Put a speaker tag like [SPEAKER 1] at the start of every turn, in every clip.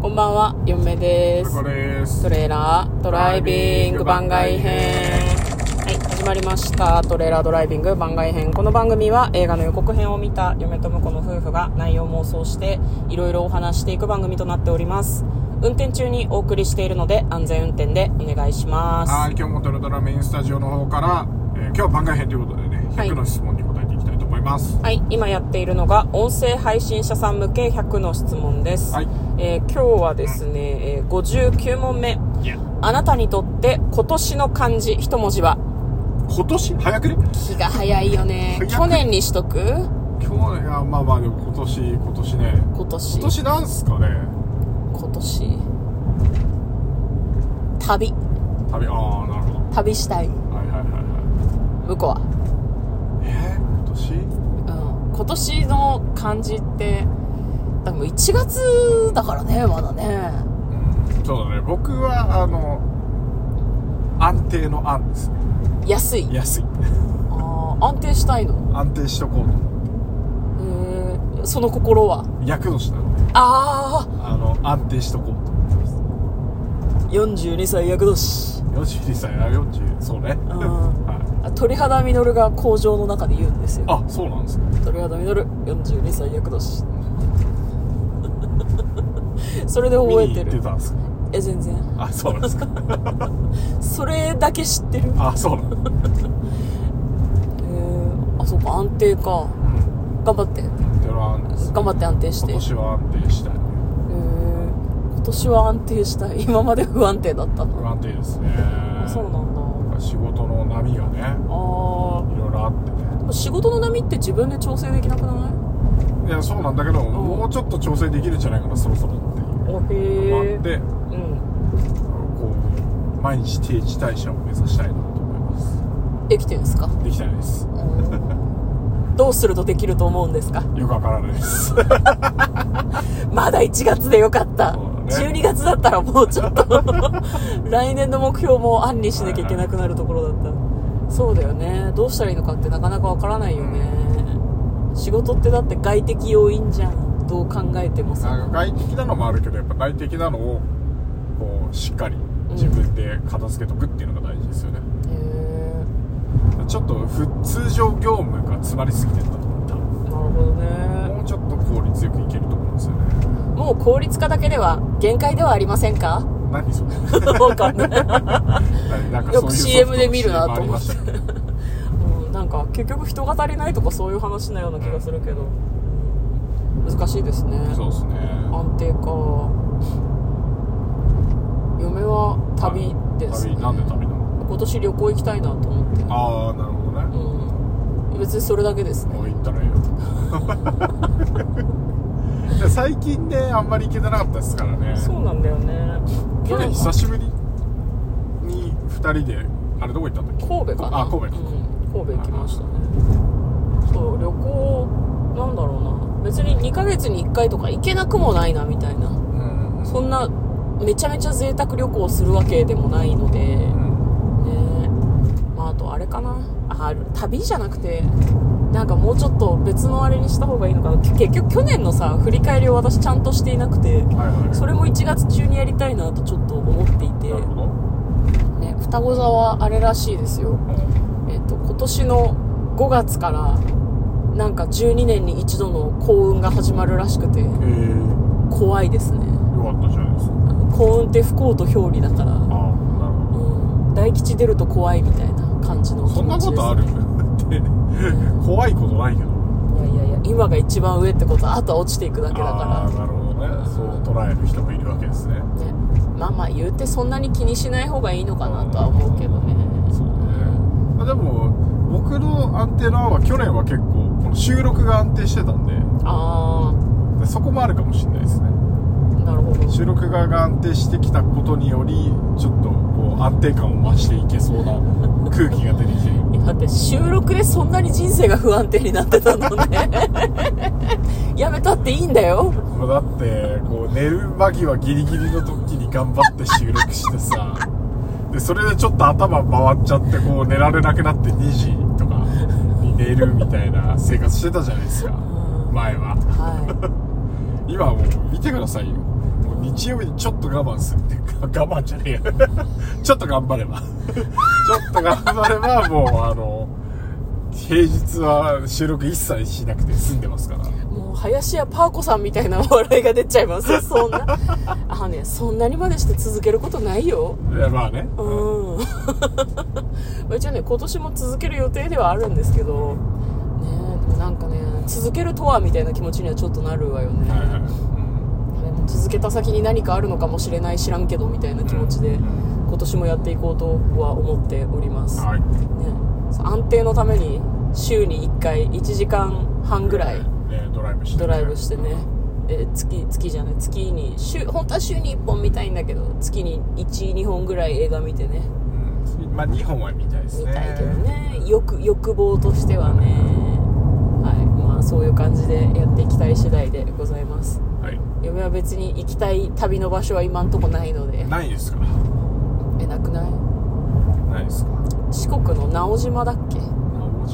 [SPEAKER 1] こんばんは、嫁です。
[SPEAKER 2] こです
[SPEAKER 1] トレーラードライビング番外編。はい、始まりました。トレーラードライビング番外編。この番組は映画の予告編を見た嫁と婿の夫婦が内容妄想して、いろいろお話していく番組となっております。運転中にお送りしているので、安全運転でお願いします。
[SPEAKER 2] はい今日もトロドラメインスタジオの方から、えー今日は番外編ということでね
[SPEAKER 1] はい
[SPEAKER 2] 100の質問に答えていきたいと思います、
[SPEAKER 1] はい、今やっているのが音声配信者さん向け100の質問です、
[SPEAKER 2] はい
[SPEAKER 1] えー今日はですね、えー59問目
[SPEAKER 2] いや
[SPEAKER 1] あなたにとって今年の漢字一文字は
[SPEAKER 2] 今年早くね
[SPEAKER 1] 気が早いよね
[SPEAKER 2] 早く
[SPEAKER 1] 去年にしとく
[SPEAKER 2] 今日ねあまあまあでも今年今年ね
[SPEAKER 1] 今年
[SPEAKER 2] 今年なんすかね
[SPEAKER 1] 今年旅
[SPEAKER 2] 旅ああなるほ
[SPEAKER 1] 旅したい
[SPEAKER 2] どはいはいはいは
[SPEAKER 1] 向こうは、
[SPEAKER 2] いえー、今年
[SPEAKER 1] うん、今年の漢字って多分1月だからねまだね
[SPEAKER 2] うんそうだね僕はあの安定の安ですね
[SPEAKER 1] 安い
[SPEAKER 2] 安い
[SPEAKER 1] あー安定したいの
[SPEAKER 2] 安定しとこうと
[SPEAKER 1] えーその心は
[SPEAKER 2] 役年なので
[SPEAKER 1] ああ
[SPEAKER 2] あの安定しとこうと思ってます
[SPEAKER 1] 42歳役年
[SPEAKER 2] 42歳あ40そうね
[SPEAKER 1] ん
[SPEAKER 2] はい
[SPEAKER 1] あ鳥肌実が工場の中で言うんですよ
[SPEAKER 2] あそうなんですか
[SPEAKER 1] 鳥肌実42歳役年 それで覚えて
[SPEAKER 2] 見に行って
[SPEAKER 1] る
[SPEAKER 2] たんですか
[SPEAKER 1] え全然
[SPEAKER 2] あそうなんですか
[SPEAKER 1] それだけ知ってるへ
[SPEAKER 2] あそうなんだ
[SPEAKER 1] えあそうか安定か
[SPEAKER 2] うん
[SPEAKER 1] 頑張って
[SPEAKER 2] では
[SPEAKER 1] 頑張って安定し
[SPEAKER 2] 今
[SPEAKER 1] てへえ
[SPEAKER 2] 年は安定したいね
[SPEAKER 1] 今年は安定したい 今まで不安定だったの
[SPEAKER 2] 不安定ですね
[SPEAKER 1] そうなんだ
[SPEAKER 2] 仕事の波
[SPEAKER 1] あ
[SPEAKER 2] がねいろいろあってね
[SPEAKER 1] ーでも仕事の波って自分で調整できなくない
[SPEAKER 2] いやそうなんだけど、もうちょっと調整できるんじゃないかなそろそろっていう
[SPEAKER 1] おへえ
[SPEAKER 2] のがあって
[SPEAKER 1] うん
[SPEAKER 2] こう毎日定時退社を目指したいなと思います
[SPEAKER 1] できてるんです か
[SPEAKER 2] できたいです
[SPEAKER 1] どうするとできると思うんですか
[SPEAKER 2] よくわからないです
[SPEAKER 1] まだ1月でよかった、
[SPEAKER 2] そうだね
[SPEAKER 1] 12月だったらもうちょっ と来年の目標も案にしなきゃいけなくなるところだった、そうだよねどうしたらいいのかってなかなかわからないよね、仕事ってだって外的要因じゃんどう考えてもさ
[SPEAKER 2] なんか外的なのもあるけどやっぱ内的なのをこうしっかり自分で片付けとくっていうのが大事ですよね、
[SPEAKER 1] へえ
[SPEAKER 2] ちょっとふ通常業務が詰まりすぎてたと思った
[SPEAKER 1] なるほどね
[SPEAKER 2] もうちょっと効率よくいけると思うんですよね
[SPEAKER 1] もう効率化だけでは限界ではありませんか
[SPEAKER 2] 何それ
[SPEAKER 1] わかんない
[SPEAKER 2] なんか
[SPEAKER 1] よく
[SPEAKER 2] そういうソフトの
[SPEAKER 1] CM で見るなと思って
[SPEAKER 2] CM ありましたね
[SPEAKER 1] うん、なんか結局人が足りないとかそういう話なような気がするけど難しいですね
[SPEAKER 2] そうですね
[SPEAKER 1] 安定か嫁は旅です、ね、
[SPEAKER 2] 旅なんで旅なの
[SPEAKER 1] 今年旅行行きたいなと思って
[SPEAKER 2] ああなるほどね
[SPEAKER 1] うん別にそれだけですね
[SPEAKER 2] もう行ったらいいよ いや最近ねあんまり行けてなかったですからね
[SPEAKER 1] そうなんだよね
[SPEAKER 2] 去
[SPEAKER 1] なん
[SPEAKER 2] 年
[SPEAKER 1] か
[SPEAKER 2] 久しぶりに2人であれどこ行ったんだっけ
[SPEAKER 1] 神戸かな
[SPEAKER 2] あ神戸か
[SPEAKER 1] うん、神戸行きましたねそう旅行なんだろうな別に2ヶ月に1回とか行けなくもないなみたいな
[SPEAKER 2] うん
[SPEAKER 1] そんなめちゃめちゃ贅沢旅行をするわけでもないので、ね
[SPEAKER 2] うん
[SPEAKER 1] まあ、あとあれかなあ旅じゃなくてなんかもうちょっと別のあれにした方がいいのかなき結局去年のさ振り返りを私ちゃんとしていなくて
[SPEAKER 2] はいはい
[SPEAKER 1] それも1月中にやりたいなとちょっと思っていて
[SPEAKER 2] なる、ほど
[SPEAKER 1] ね、双子座はあれらしいですよ、えっと今年の5月からなんか12年に一度の幸運が始まるらしくて
[SPEAKER 2] えー、
[SPEAKER 1] 怖いですね
[SPEAKER 2] よかったじゃないですか
[SPEAKER 1] あの幸運って不幸と表裏だから
[SPEAKER 2] ああなるほど
[SPEAKER 1] うん大吉出ると怖いみたいな感じの気持ちです
[SPEAKER 2] そんなことあるって 怖いことないけど
[SPEAKER 1] いやいやいや今が一番上ってことはあとは落ちていくだけだ
[SPEAKER 2] あ
[SPEAKER 1] か
[SPEAKER 2] ーなるほどねそう捉える人もいるわけですね
[SPEAKER 1] ら、ね、まあまあ言うてそんなに気にしない方がいいのかなとは思うけどね
[SPEAKER 2] そうね、まあ、でも僕の安定の案は去年は結構この収録が安定してたんで
[SPEAKER 1] あ
[SPEAKER 2] でそこもあるかもしれないですね
[SPEAKER 1] あなるほど
[SPEAKER 2] 収録側が安定してきたことによりちょっとこう安定感を増していけそうな空気が出てきてる
[SPEAKER 1] いやだって収録でそんなに人生が不安定になってたのね やめたっていいんだよ
[SPEAKER 2] まあだってこう寝る間際ギリギリの時に頑張って収録してさでそれでちょっと頭回っちゃってこう寝られなくなって2時とかに寝るみたいな生活してたじゃないですか
[SPEAKER 1] ん
[SPEAKER 2] 前は
[SPEAKER 1] は
[SPEAKER 2] 今はもう見てくださいよもう日曜日にちょっと我慢するっていうか我慢じゃねえよ ちょっと頑張 ればちょっと頑張ればもうあの平日は収録一切しなくて済んでますから
[SPEAKER 1] もう林家パー子さんみたいな笑いが出ちゃいますよそんなあのねそんなにまでして続けることないよ
[SPEAKER 2] いやまあね
[SPEAKER 1] うんまあ 一応ね今年も続ける予定ではあるんですけどねえでもなんかね続けるとはみたいな気持ちにはちょっとなるわよね、
[SPEAKER 2] はいはいうん
[SPEAKER 1] でも続けた先に何かあるのかもしれない知らんけどみたいな気持ちで、
[SPEAKER 2] うん
[SPEAKER 1] 今年もやっていこうとは思っております、ね、
[SPEAKER 2] はい
[SPEAKER 1] そう安定のために週に1回1時間半ぐらい
[SPEAKER 2] ねドライブして
[SPEAKER 1] ドライブしてね、えー月月じゃない月に週本当は週に1本見たいんだけど月に12本ぐらい映画見てね
[SPEAKER 2] うんまあ2本は見たいです
[SPEAKER 1] 見
[SPEAKER 2] ね
[SPEAKER 1] たいけどね欲欲望としてはねはいまあそういう感じでやっていきたい次第でございます
[SPEAKER 2] はい
[SPEAKER 1] 嫁は別に行きたい旅の場所は今んとこないので
[SPEAKER 2] ないですか
[SPEAKER 1] えなくない
[SPEAKER 2] ないですか
[SPEAKER 1] 四国の直島だっけ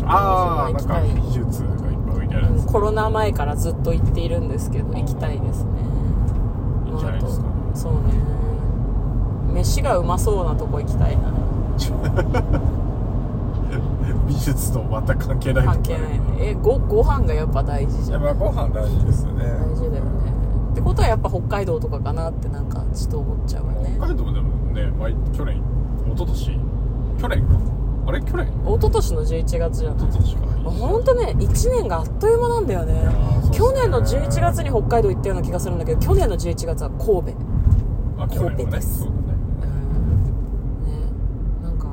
[SPEAKER 2] ああなんか
[SPEAKER 1] 行きたい
[SPEAKER 2] 美術がいっぱい置いてあるんです
[SPEAKER 1] コロナ前からずっと行っているんですけど行きたいですね
[SPEAKER 2] いいんじゃな いですか
[SPEAKER 1] まああとそうね飯がうまそうなとこ行きたいな
[SPEAKER 2] 美術と全く関係ないとこ
[SPEAKER 1] 関係ないねえごご飯がやっぱ大事じゃ
[SPEAKER 2] や
[SPEAKER 1] ん
[SPEAKER 2] っぱご飯大事ですよね
[SPEAKER 1] 大事だよねってことはやっぱ北海道とかかなってなんかちょっと思っちゃうわね
[SPEAKER 2] 北海道でもね毎去年一昨年去年かあれ去年
[SPEAKER 1] 一昨年の11月じゃない
[SPEAKER 2] 一昨年か
[SPEAKER 1] ほんとね1年があっという間なんだよね
[SPEAKER 2] やーそうっすね
[SPEAKER 1] 去年の11月に北海道行ったような気がするんだけど去年の11月は神戸
[SPEAKER 2] あ
[SPEAKER 1] 神
[SPEAKER 2] 去年
[SPEAKER 1] 戸
[SPEAKER 2] は
[SPEAKER 1] で
[SPEAKER 2] ね
[SPEAKER 1] す
[SPEAKER 2] そうだね
[SPEAKER 1] ね、なんか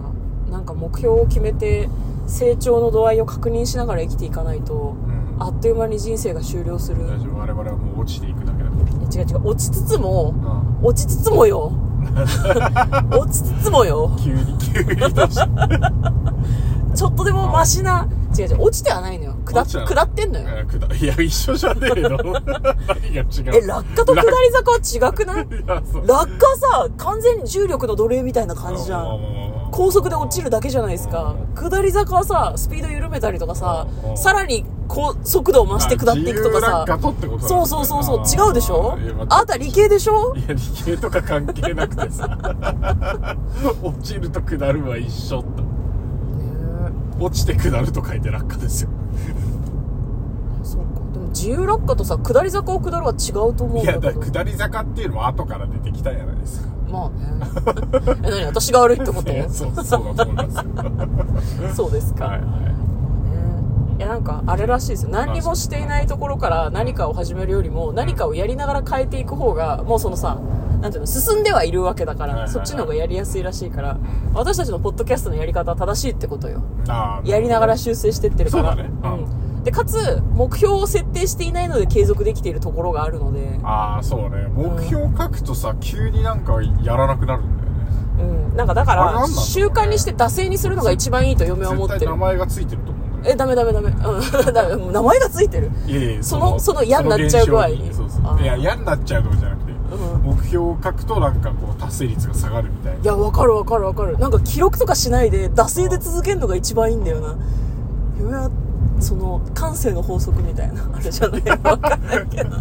[SPEAKER 1] なんか目標を決めて成長の度合いを確認しながら生きていかないと
[SPEAKER 2] うん
[SPEAKER 1] あっという間に人生が終了するい
[SPEAKER 2] 大丈夫我々はもう落ちていくだけだから
[SPEAKER 1] や違う違う落ちつつも
[SPEAKER 2] あ
[SPEAKER 1] 落ちつつも よ落ちつつもよ
[SPEAKER 2] 急に急に出して
[SPEAKER 1] ちょっとでもマシな違う違う落ちてはないのよ下っ
[SPEAKER 2] 落ちてはない
[SPEAKER 1] 下ってんのよ
[SPEAKER 2] えーくだいや一緒じゃね えの何が違う
[SPEAKER 1] え落下と下り坂は違くない
[SPEAKER 2] いやそう
[SPEAKER 1] 落下さ完全に重力の奴隷みたいな感じじゃ
[SPEAKER 2] まあま
[SPEAKER 1] ん
[SPEAKER 2] あまあまあ
[SPEAKER 1] 高速で落ちるだけじゃないですか下り坂はさスピード緩めたりとかさ
[SPEAKER 2] うん
[SPEAKER 1] さらにこう速度を増して下っていくとか
[SPEAKER 2] あ自由落下
[SPEAKER 1] さ
[SPEAKER 2] とってことなんですね
[SPEAKER 1] そうそうそうそう違うでしょ
[SPEAKER 2] いやま
[SPEAKER 1] あなた理系でしょ
[SPEAKER 2] いや理系とか関係なくてさ落ちると下るは一緒と落ちて下ると書いて落下ですよ
[SPEAKER 1] そうかでも自由落下とさ下り坂を下るは違うと思うん
[SPEAKER 2] いや
[SPEAKER 1] だ
[SPEAKER 2] だ
[SPEAKER 1] けど
[SPEAKER 2] から下り坂っていうのは後から出てきたじゃないですか
[SPEAKER 1] まあねえ何私が悪いってこと
[SPEAKER 2] そうそうだと思いますよ
[SPEAKER 1] そうですか、
[SPEAKER 2] はいはい
[SPEAKER 1] ねいやなんかあれらしいですよ何にもしていないところから何かを始めるよりも何かをやりながら変えていく方がもうそのさなんていうの進んではいるわけだか
[SPEAKER 2] はいはい
[SPEAKER 1] ら
[SPEAKER 2] はい
[SPEAKER 1] そっちの方がやりやすいらしいから私たちのポッドキャストのやり方は正しいってことよ
[SPEAKER 2] あー
[SPEAKER 1] やりながら修正してってるから
[SPEAKER 2] そうだね
[SPEAKER 1] うん、でかつ目標を設定していないので継続できているところがあるので、
[SPEAKER 2] ああそうね目標書くとさ急になんかやらなくなるんだよね
[SPEAKER 1] うん、なんかだか
[SPEAKER 2] あれなん
[SPEAKER 1] ら
[SPEAKER 2] なんだろうね
[SPEAKER 1] 習慣にして惰性にするのが一番いいと嫁は思っ
[SPEAKER 2] 絶
[SPEAKER 1] て
[SPEAKER 2] 対
[SPEAKER 1] る
[SPEAKER 2] 名前がついてると思うんだよ
[SPEAKER 1] えダメダメダメうん ダメもう名前がついてる
[SPEAKER 2] いやいや
[SPEAKER 1] そのその嫌になっちゃう具合に
[SPEAKER 2] その現象そ
[SPEAKER 1] あ
[SPEAKER 2] うそう
[SPEAKER 1] ー
[SPEAKER 2] いや嫌になっちゃうとかじゃなくて、
[SPEAKER 1] ん
[SPEAKER 2] 目標を書くとなんかこう達成率が下がるみたいない
[SPEAKER 1] や、わかるわかるわかる。なんか記録とかしないで、惰性で続けるのが一番いいんだよな。いや、その、感性の法則みたいな。あれじゃないわかんないけど。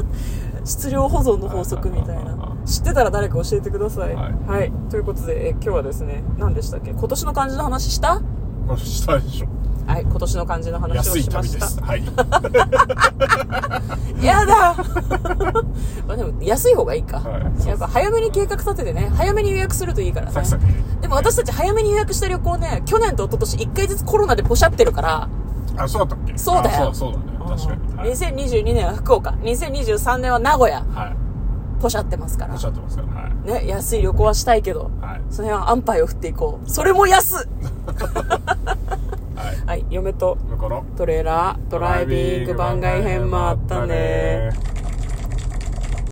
[SPEAKER 1] 質量保存の法則みたいな。知ってたら誰か教えてください。
[SPEAKER 2] はい
[SPEAKER 1] はい。ということで、え今日はですね、何でしたっけ今年の漢字の話した
[SPEAKER 2] まあしたでしょ
[SPEAKER 1] はい、今年の漢字の話を
[SPEAKER 2] 安い
[SPEAKER 1] しま
[SPEAKER 2] 旅
[SPEAKER 1] し
[SPEAKER 2] で
[SPEAKER 1] た。
[SPEAKER 2] すはい
[SPEAKER 1] やだ まあでも、安い方がいいか。
[SPEAKER 2] はい
[SPEAKER 1] やっぱ早めに計画立ててね、早めに予約するといいからね。
[SPEAKER 2] サクサク
[SPEAKER 1] でも私たち早めに予約した旅行ね、去年と一昨年1回ずつコロナでポシャってるから、
[SPEAKER 2] あそうだったっけ
[SPEAKER 1] そうだよ
[SPEAKER 2] あそうそうだね確かにはい、
[SPEAKER 1] 2022年は福岡、2023年は名古屋、
[SPEAKER 2] はい、
[SPEAKER 1] ポシャってますか
[SPEAKER 2] お
[SPEAKER 1] ら
[SPEAKER 2] っし。ゃってますからはい
[SPEAKER 1] ね、安い旅行はしたいけど、
[SPEAKER 2] はい
[SPEAKER 1] その辺は安牌を振っていこう。それも安
[SPEAKER 2] は
[SPEAKER 1] は
[SPEAKER 2] い
[SPEAKER 1] い、嫁と
[SPEAKER 2] だから
[SPEAKER 1] トレーラー、ドライビング番外編もあったね。